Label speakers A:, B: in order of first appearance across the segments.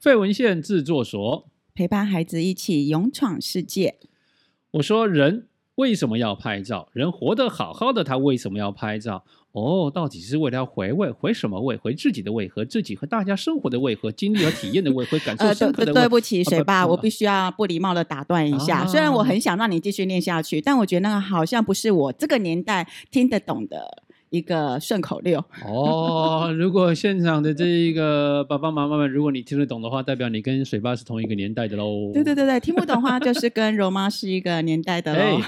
A: 费文献制作所，
B: 陪伴孩子一起勇闯世界。
A: 我说人为什么要拍照？人活得好好的，他为什么要拍照？哦，到底是为了要回味，回什么味？回自己的味和自己和大家生活的味和经历和体验的味，回感受
B: 呃，对
A: 深刻的
B: 对
A: 味。
B: 对不起，
A: 啊
B: 水爸，我必
A: 不
B: 须要不礼貌的打断一下。
A: 啊
B: 虽然我很想让你继续念下去，但我觉得那个好像不是我这个年代听得懂的一个顺口溜。
A: 哦，如果现场的这一个爸爸妈妈们，如果你听得懂的话，代表你跟水爸是同一个年代的喽。
B: 对对对对，听不懂的话就是跟柔妈是一个年代的喽。
A: 哎，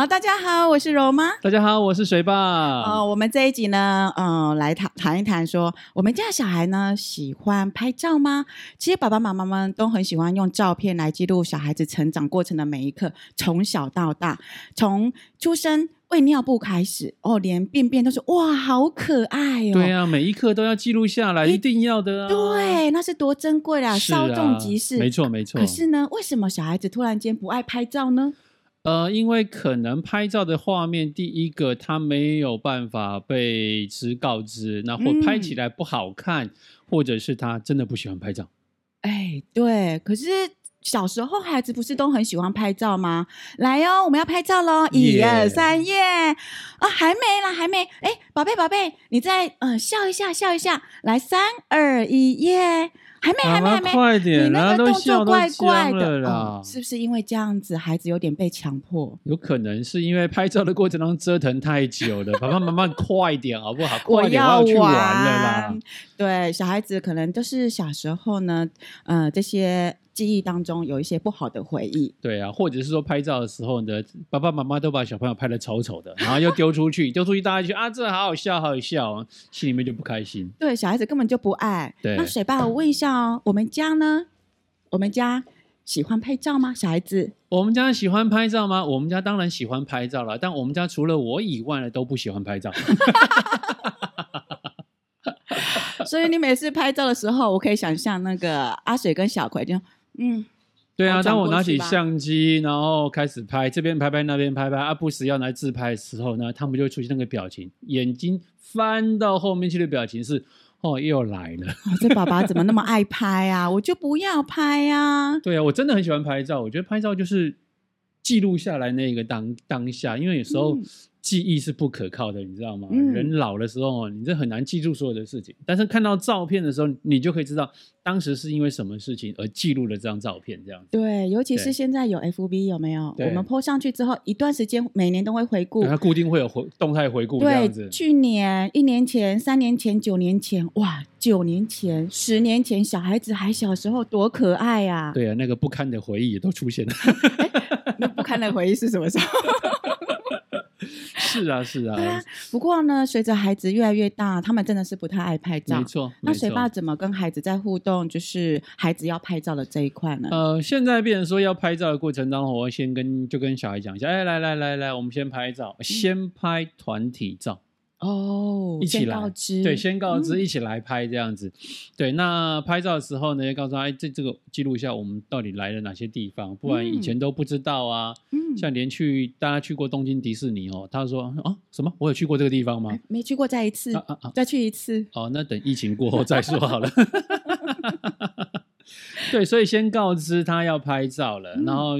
B: 好，大家好，我是柔妈。
A: 大家好，我是水爸。
B: 呃，我们这一集呢，呃，来谈谈一谈说，我们家小孩呢喜欢拍照吗？其实爸爸妈妈们都很喜欢用照片来记录小孩子成长过程的每一刻，从小到大，从出生喂尿布开始，哦，连便便都是哇，好可爱哦。
A: 对啊，每一刻都要记录下来，一定要的啊。
B: 对那是多珍贵啦，
A: 是啊，
B: 稍纵即逝。
A: 没。错没错。
B: 可是呢，为什么小孩子突然间不爱拍照呢？
A: 呃，因为可能拍照的画面，第一个它没有办法被知告知，那或
B: 嗯
A: 拍起来不好看，或者是他真的不喜欢拍照。
B: 哎，对，可是小时候孩子不是都很喜欢拍照吗？来哟、我们要拍照喽！一
A: 耶
B: 二三，耶！啊，还没啦，还没。哎，宝贝，宝贝，你再嗯、呃笑一下，笑一下。来，三二一，耶！还没，还没，
A: 妈妈
B: 还没。
A: 快
B: 你
A: 点啦，
B: 那个
A: 都
B: 动
A: 笑
B: 作
A: 都
B: 怪怪
A: 僵了
B: 的，
A: 啦
B: 嗯，。是不是因为这样子，孩子有点被强迫？
A: 有可能是因为拍照的过程当中折腾太久了，爸爸妈妈快点好不好？快点，我
B: 要
A: 要去玩了啦
B: 玩。。对，小孩子可能都是小时候呢，呃，这些记忆当中有一些不好的回忆。
A: 对啊，或者是说拍照的时候呢，爸爸妈妈都把小朋友拍的丑丑的，然后又丢出去，丢出去大家就啊，这好好笑，好好笑啊，心里面就不开心。
B: 对，小孩子根本就不爱。
A: 对
B: 那水爸，我问一下哦，我们家呢？我们家喜欢拍照吗？小孩子？
A: 我们家喜欢拍照吗？我们家当然喜欢拍照了，但我们家除了我以外呢，都不喜欢拍照。
B: 所以你每次拍照的时候，我可以想象那个阿水跟小葵就，嗯，
A: 对
B: 我
A: 啊，
B: 转
A: 当我
B: 过
A: 拿
B: 去
A: 起
B: 吧
A: 相机，然后开始拍，这边拍拍，那边拍拍，啊，不时要来自拍的时候呢，他们就会出现那个表情，眼睛翻到后面去的表情是，哦，又来了。
B: 哦、这爸爸怎么那么爱拍啊？我就不要拍啊！
A: 对啊，我真的很喜欢拍照，我觉得拍照就是记录下来那个当当下，因为有时候
B: 嗯
A: 记忆是不可靠的，你知道吗？
B: 嗯
A: 人老的时候，你这很难记住所有的事情，但是看到照片的时候，你就可以知道当时是因为什么事情而记录了这张照片，这样子。
B: 对，尤其是
A: 对
B: 现在有 FB 有没有？
A: 对
B: 我们 po 上去之后，一段时间每年都会回顾
A: 对，。它固定会有回动态回顾这样子
B: 对，。去年、一年前、三年前、九年前，哇，九年前、十年前，小孩子还小时候多可爱呀、啊！
A: 对啊，那个不堪的回忆也都出现了。
B: 那 不堪的回忆是什么时候？
A: 是啊，是
B: 对啊
A: 啊，，
B: 不过呢，随着孩子越来越大，他们真的是不太爱拍照
A: 没。错。
B: 那
A: 没错
B: 水爸怎么跟孩子在互动？就是孩子要拍照的这一块呢？
A: 呃，现在变成说要拍照的过程当中，我会先跟就跟小孩讲一下，哎，来来来来，我们先拍照，
B: 嗯
A: 先拍团体照，
B: 哦，
A: 一起
B: 先
A: 来
B: 告知，
A: 对，先告知
B: 嗯
A: 一起来拍这样子。对，那拍照的时候呢，要告诉他，哎，这这个记录一下我们到底来了哪些地方，不然以
B: 嗯
A: 前都不知道啊。
B: 嗯
A: 像连去大家去过东京迪士尼哦，他说啊什么，我有去过这个地方吗
B: 哎？没去过再一次
A: 啊，啊啊！
B: 再去一次。
A: 哦，那等疫情过后再说好了。 对，所以先告知他要拍照了，
B: 嗯
A: 然后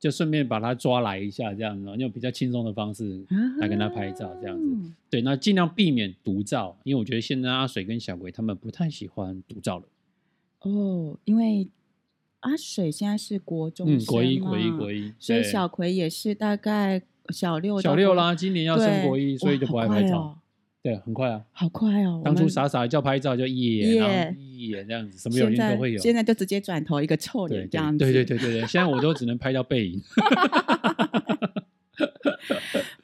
A: 就顺便把他抓来一下，这样子用比较轻松的方式啊来跟他拍照，这样子。
B: 子，
A: 对，那尽量避免独照，因为我觉得现在阿水跟小鬼他们不太喜欢独照了。
B: 哦，因为阿水现在是国中
A: 嗯，国一，
B: 生嘛
A: 国一，国一，
B: 啊所以
A: 对
B: 小葵也是大概小六到
A: 小六
B: 国
A: 啦，今年要升
B: 对
A: 国一，所以就不
B: 哇
A: 爱
B: 好
A: 拍
B: 快
A: 照。
B: 哦
A: 对，很快啊，
B: 好快哦！我
A: 当初
B: 们
A: 傻傻叫拍照就耶，
B: 耶
A: 然后耶这样子，什么原
B: 现
A: 因
B: 在
A: 都会有。啊
B: 现在就直接转头一个臭
A: 对
B: 脸这样子。
A: 对对对对对，现在我都只能拍到背影。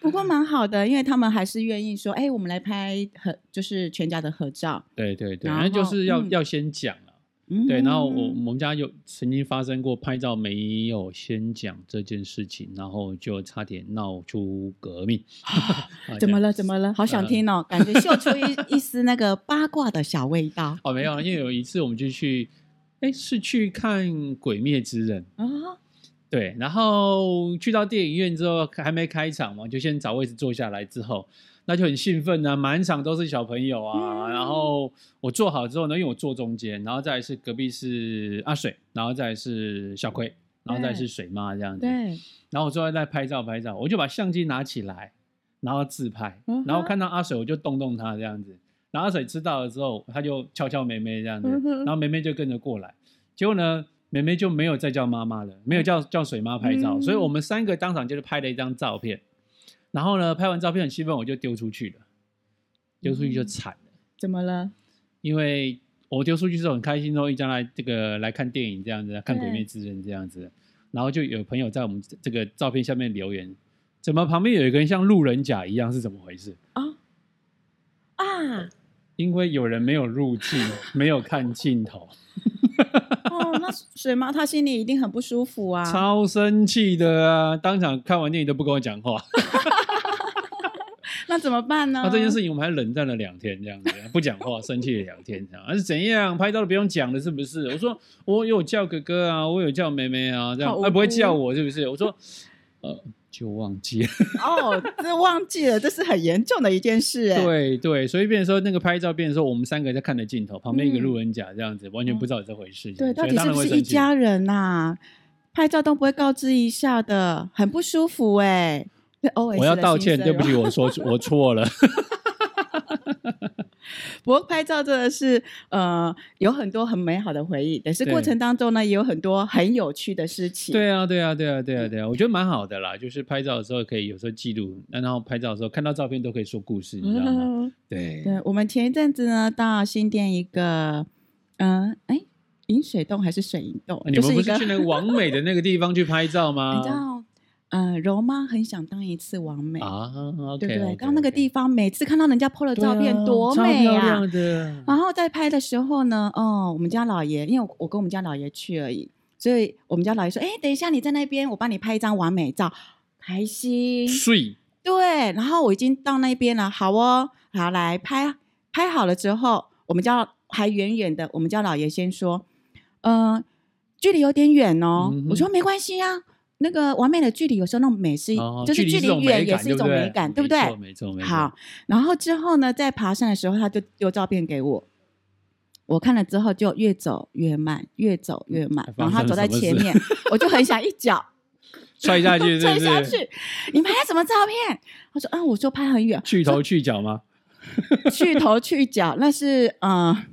B: 不过蛮好的，因为他们还是愿意说，哎，我们来拍合，就是全家的合照。
A: 对对对，
B: 然
A: 反正就
B: 后
A: 是要、
B: 嗯
A: 要先讲了。
B: 嗯
A: 对，然后我我们家有曾经发生过拍照没有先讲这件事情，然后就差点闹出革命。 啊
B: 怎么？
A: 这样
B: 了？怎么了？好
A: 呃
B: 想听哦，感觉嗅出一一丝那个八卦的小味 道
A: 哦，没有，因为有一次我们就去，哎，是去看《鬼灭之刃》。
B: 啊！
A: 对，然后去到电影院之后还没开场嘛，就先找位置坐下来之后，那就很兴奋啊，满场都是小朋友啊。
B: 嗯
A: 然后我坐好之后呢，因为我坐中间，然后再来是隔壁是阿水，然后再来是小葵，然后再来是水妈这样子。
B: 对，
A: 然后我坐在那拍照拍照，我就把相机拿起来，然后自拍
B: 嗯哼，
A: 然后看到阿水我就动动他这样子，然后阿水知道了之后，他就敲敲梅梅这样子
B: 嗯，哼
A: 然后梅梅就跟着过来，结果呢，梅梅就没有再叫妈妈了，没有叫叫水妈拍照，
B: 嗯
A: 所以我们三个当场就是拍了一张照片，然后呢，拍完照片很兴奋，我就丢出去了，丢出去就惨了，
B: 怎么了？
A: 因为。我丢出去之后很开心，之哦后一张来这个来看电影这样子，看《鬼
B: 对
A: 灭之刃》这样子，然后就有朋友在我们这个照片下面留言，怎么旁边有一个人像路人甲一样，是怎么回事？
B: 啊啊！
A: 因为有人没有入镜，没有看镜头，
B: 哦，那水妈她心里一定很不舒服 啊。
A: 超生气的啊！当场看完电影都不跟我讲话，
B: 那怎么办呢？
A: 那、啊哦这件事情我们还冷战了两天，这样子不讲话，生气了两天，这样啊是怎样？拍到了不用讲了，是不是？我说我有叫哥哥啊，我有叫妹妹啊，这样
B: 好无
A: 他、不会
B: 辜
A: 叫我是不是？我说呃，就忘记了。
B: 哦，这忘记了，这是很严重的一件 事哎。
A: 对对，所以变成说那个拍照，变成说我们三个在看着镜头，旁边一个
B: 嗯
A: 路人甲这样子，完全不知道有这回事。
B: 对，到
A: 所以
B: 底
A: 当
B: 是
A: 然
B: 不
A: 会
B: 是
A: 生
B: 一
A: 气
B: 家人呐、拍照都不会告知一下的，很不舒服哎、对 OS
A: 我要
B: 的
A: 道
B: 心
A: 歉，
B: 声
A: 对不起，
B: 哦。
A: 我说我错了。
B: 不过拍照真的是呃，有很多很美好的回忆，但是
A: 对
B: 过程当中呢，也有很多很有趣的事情。
A: 对啊，对啊，对啊，对啊，对啊，我觉得蛮好的啦，就是拍照的时候可以有时候记录，然后拍照的时候看到照片都可以说故事，你知道吗？
B: 嗯，
A: 对，
B: 对，我们前一阵子呢，到新店一个，嗯、哎，饮水洞还是水银洞，
A: 呃你
B: 就
A: 们不
B: 一
A: 是
B: 个
A: 去那个王美的那个地方去拍照
B: 你知
A: 吗？
B: 道，呃，柔妈很想当一次王美，
A: 啊，OK，
B: 对不对？刚那个地方，每次看到人家 PO 的
A: 的
B: 照片多美
A: 啊漂
B: 啊！
A: 亮的。
B: 然后在拍的时候呢，哦，我们家老爷，因为我我跟我们家老爷去而已，所以我们家老爷说：“哎，等一下你在那边，我帮你拍一张完美照，开心。
A: 睡，”
B: 对，然后我已经到那边了，好哦，好来拍，拍好了之后，我们家还远远的，我们家老爷先说：“嗯、距离有点远哦。
A: 嗯哼
B: 我说：“没关系啊。”那个完美的距离，有时候那种美是，
A: 哦
B: 就是
A: 距
B: 距
A: 这种
B: 离远
A: 美
B: 也
A: 感
B: 是一种美感，对不对？
A: 没错，没错，没错。
B: 好，然后之后呢，在爬山的时候，他就丢照片给我，我看了之后就越走越慢，越走越慢
A: 还，嗯发
B: 然后他
A: 生
B: 走
A: 了
B: 在
A: 什么
B: 前
A: 事
B: 面，我就很想一脚
A: 踹下去是
B: 踹
A: 不
B: 下
A: 是？，
B: 去。你拍什么照片？他说啊，我说拍很远
A: 去头去脚吗？
B: 去头去脚，那是嗯、呃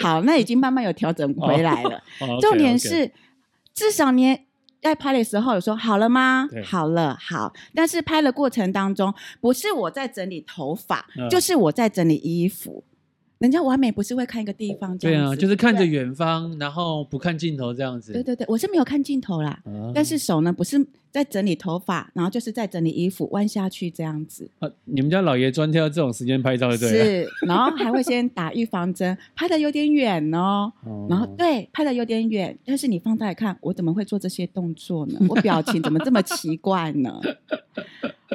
B: 好，那已经慢慢有调整回来了。
A: 哦，OK，
B: 重点
A: OK
B: 是，至少你在拍的时候有说好了吗
A: 对？
B: 好了，好。但是拍的过程当中，不是我在整理头发，
A: 嗯
B: 就是我在整理衣服。人家完美不是会看一个地方这
A: 对
B: 样
A: 啊，
B: 子
A: 就是看着
B: 对
A: 远方，然后不看镜头这样子。
B: 对对对，我是没有看镜头啦，
A: 啊
B: 但是手呢不是在整理头发，然后就是在整理衣服，弯下去这样子。
A: 啊你们家老爷专挑这种时间拍照，呃对了。
B: 是，然后还会先打预防针， 拍的有点远哦。
A: 哦
B: 然后对，拍的有点远，但是你放大来看，我怎么会做这些动作呢？我表情怎么这么奇怪呢？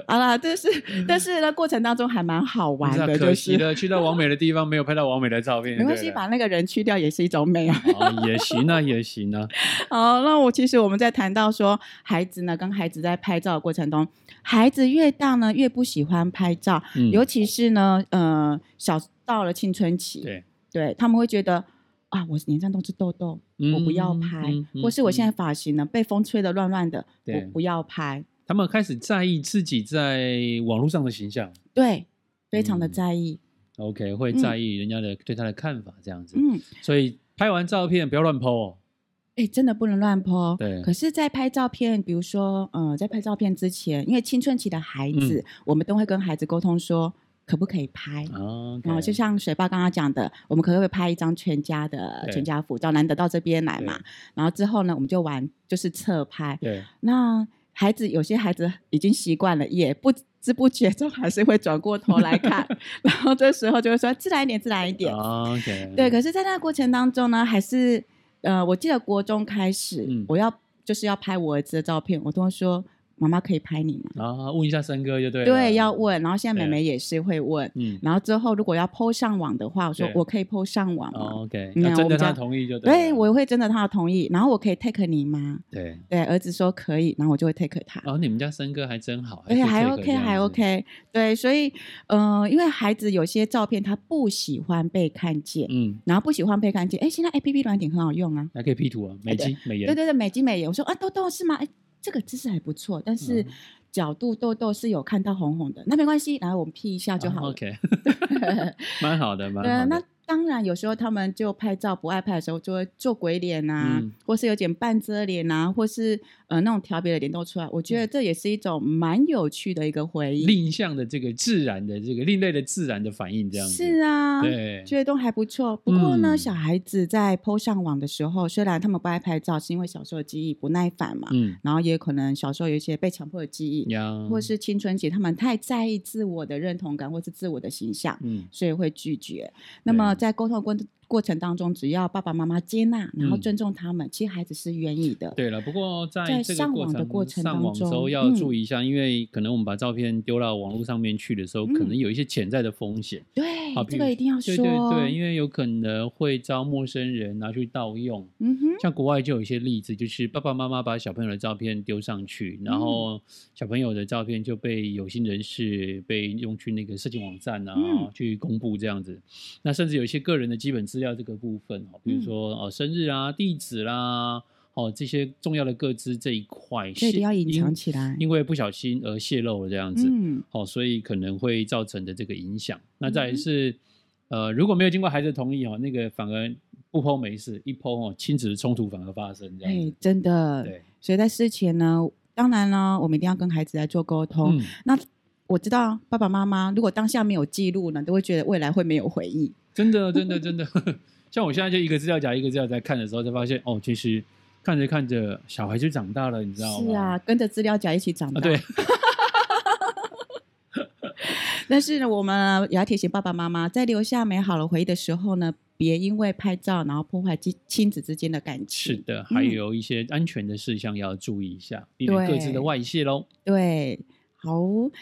B: 好啦，但是但是呢，过程当中还蛮好
A: 不
B: 玩
A: 是啊
B: 的，
A: 可
B: 就
A: 惜
B: 是
A: 了，去到完美的地方没有拍到完美的照片，
B: 没关系，
A: 对了
B: 把那个人去掉也是一种美啊。
A: 哦，也行啊，也行啊，
B: 好，那我其实我们在谈到说孩子呢，跟孩子在拍照的过程中，孩子越大呢越不喜欢拍照，
A: 嗯
B: 尤其是呢，呃，小到了青春期，
A: 对
B: 对他们会觉得啊，我脸上都是痘痘，我不要拍，
A: 嗯嗯
B: 或是我现在
A: 嗯
B: 发型呢被风吹得乱乱的，我
A: 对
B: 不要拍，
A: 他们开始在意自己在网络上的形象
B: 对，非常的
A: 嗯
B: 在意，
A: ，OK，会在意人家的对他的看法这样子，
B: 嗯，
A: 所以拍完照片不要乱 PO 哦，
B: 哎，真的不能乱抛。
A: 对
B: 可是，在拍照片，比如说，呃，在拍照片之前，因为青春期的孩子，我们都会跟孩子沟通说，可不可以拍。
A: 嗯啊
B: 然后哦就像水爸刚刚讲的，我们可不可以拍一张全家的
A: 对
B: 全家福照？难得到这边来嘛，然后之后呢，我们就玩就是侧拍。
A: 对，
B: 那孩子有些孩子已经习惯了，也不知不觉 中还是会转过头来 看，然后这时候就会说自然一点，自然一点。
A: 啊 OK，
B: 对，可是，在那个过程当中呢，还是呃，我记得国中开始，
A: 嗯
B: 我要就是要拍我儿子的照片，我都会说妈妈可以拍你吗？
A: 啊，问一下森哥就对了。
B: 对，要问。然后现在
A: 对啊
B: 妹妹也是会问，
A: 嗯
B: 然后之后如果要 PO 上网的话，我说
A: 对
B: 我可以 PO 上网吗？
A: 哦，OK，
B: 嗯
A: 那
B: 我
A: 真的
B: 们
A: 他
B: 家
A: 同意就对了。啊
B: 对，我会征得他的同意，然后我可以 take 你吗？
A: 对。
B: 对，儿子说可以，然后我就会 take 他。
A: 哦，你们家森哥还真好，
B: 而
A: 可以
B: 且还
A: 这个
B: OK，
A: 样
B: 还
A: 子
B: OK，对，所以，嗯，因为孩子有些照片他不喜欢被看见，
A: 嗯，
B: 然后不喜欢被看见。哎，现在 APP 软体很好用啊，
A: 还可以 P 图啊，美肌美
B: 对
A: 颜。
B: 对对，美肌美颜。我说啊，豆豆是吗？哎，这个姿势还不错，但是
A: 嗯
B: 角度豆豆是有看到红红的，那没关系，来我们 P 一下就
A: 啊
B: 好了。
A: OK，蛮好的，蛮
B: 对啊，
A: 好
B: 那
A: 的。
B: 当然，有时候他们就拍照不爱拍的时候，就会做鬼脸啊，
A: 嗯
B: 或是有点半遮脸啊，或是呃那种调皮的脸都出来。我
A: 嗯
B: 觉得这也是一种蛮有趣的一个回忆。
A: 另向的这个自然的这个另类的自然的反应，这样子。
B: 是啊，
A: 对，
B: 觉得都还不错。不过呢，
A: 嗯
B: 小孩子在 PO 上网的时候，虽然他们不爱拍照，是因为小时候的记忆不耐烦嘛，
A: 嗯
B: 然后也可能小时候有一些被强迫的记忆，
A: 呀，
B: 或是青春期他们太在意自我的认同感或是自我的形象。
A: 嗯
B: 所以会拒绝。那么在沟通的过过程当中，只要爸爸妈妈接纳，然后
A: 嗯
B: 尊重他们，其实孩子是愿意的。
A: 对了，不过在
B: 在
A: 这个
B: 上
A: 过
B: 网的
A: 程
B: 过程
A: 上
B: 当
A: 网的时候
B: 中
A: 要
B: 嗯
A: 注意一下，因为可能我们把照片丢到网络上面去的时候，可
B: 嗯
A: 能有一些潜在的风险。
B: 对
A: 好，比
B: 这
A: 如
B: 个一定要
A: 对
B: 说。
A: 对对，因为有可能会遭陌生人拿去盗用。
B: 嗯哼，
A: 像国外就有一些例子，就是爸爸妈妈把小朋友的照片丢上去，
B: 嗯
A: 然后小朋友的照片就被有心人士被用去那个色情网站啊、
B: 嗯
A: 去公布这样子。那甚至有一些个人的基本资料这个部分哦，比
B: 嗯
A: 如说哦生日啊、地址啦、哦这些重要的个资这一块，
B: 这一定要隐藏起来
A: 因，。因为不小心而泄露了这样子。
B: 嗯，
A: 哦，所以可能会造成的这个影响。那再来是，呃，如果没有经过孩子同意哦，那个反而不剖没事，一剖哦，亲子冲突反而发生这样
B: 哎
A: 子。，
B: 真的。
A: 对，
B: 所以在事前呢，当然呢，我们一定要跟孩子来做沟通。
A: 嗯，
B: 那我知道爸爸妈妈如果当下没有记录呢，都会觉得未来会没有回忆。
A: 真的，真的，真的。 像我现在就一个资料夹一个资料夹看的时候，才发现哦，其实看着看着，小孩就长大了，你知道吗？
B: 是啊，
A: 啊，
B: 跟着资料夹一起长大。
A: 对，
B: 但是呢，我们也要提醒爸爸妈妈，在留下美好的回忆的时候呢，别因为拍照然后破坏亲亲子之间的感
A: 是
B: 情。
A: 的，还有一些安全的事项要注意一下，避免各自的
B: 对
A: 外泄喽。
B: 对，好，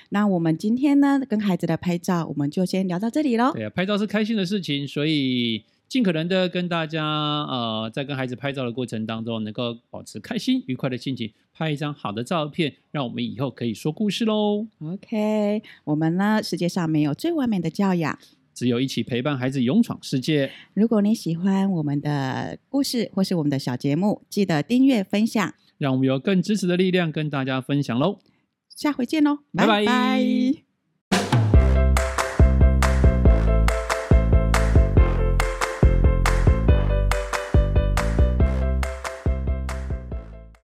B: 那我们今天呢，跟孩子的拍照，我们就先聊到这里喽。
A: 对啊，拍照是开心的事情，所以尽可能的跟大家呃，在跟孩子拍照的过程当中，能够保持开心愉快的心情，拍一张好的照片，让我们以后可以说故事喽。
B: OK，我们呢，世界上没有最完美的教养。
A: 只有一起陪伴孩子勇闯世界，
B: 如果你喜欢我们的故事或是我们的小节目，记得订阅分享。
A: 让我们有更支持的力量跟大家分享喽。
B: 下回见喽，
A: 拜拜
B: 拜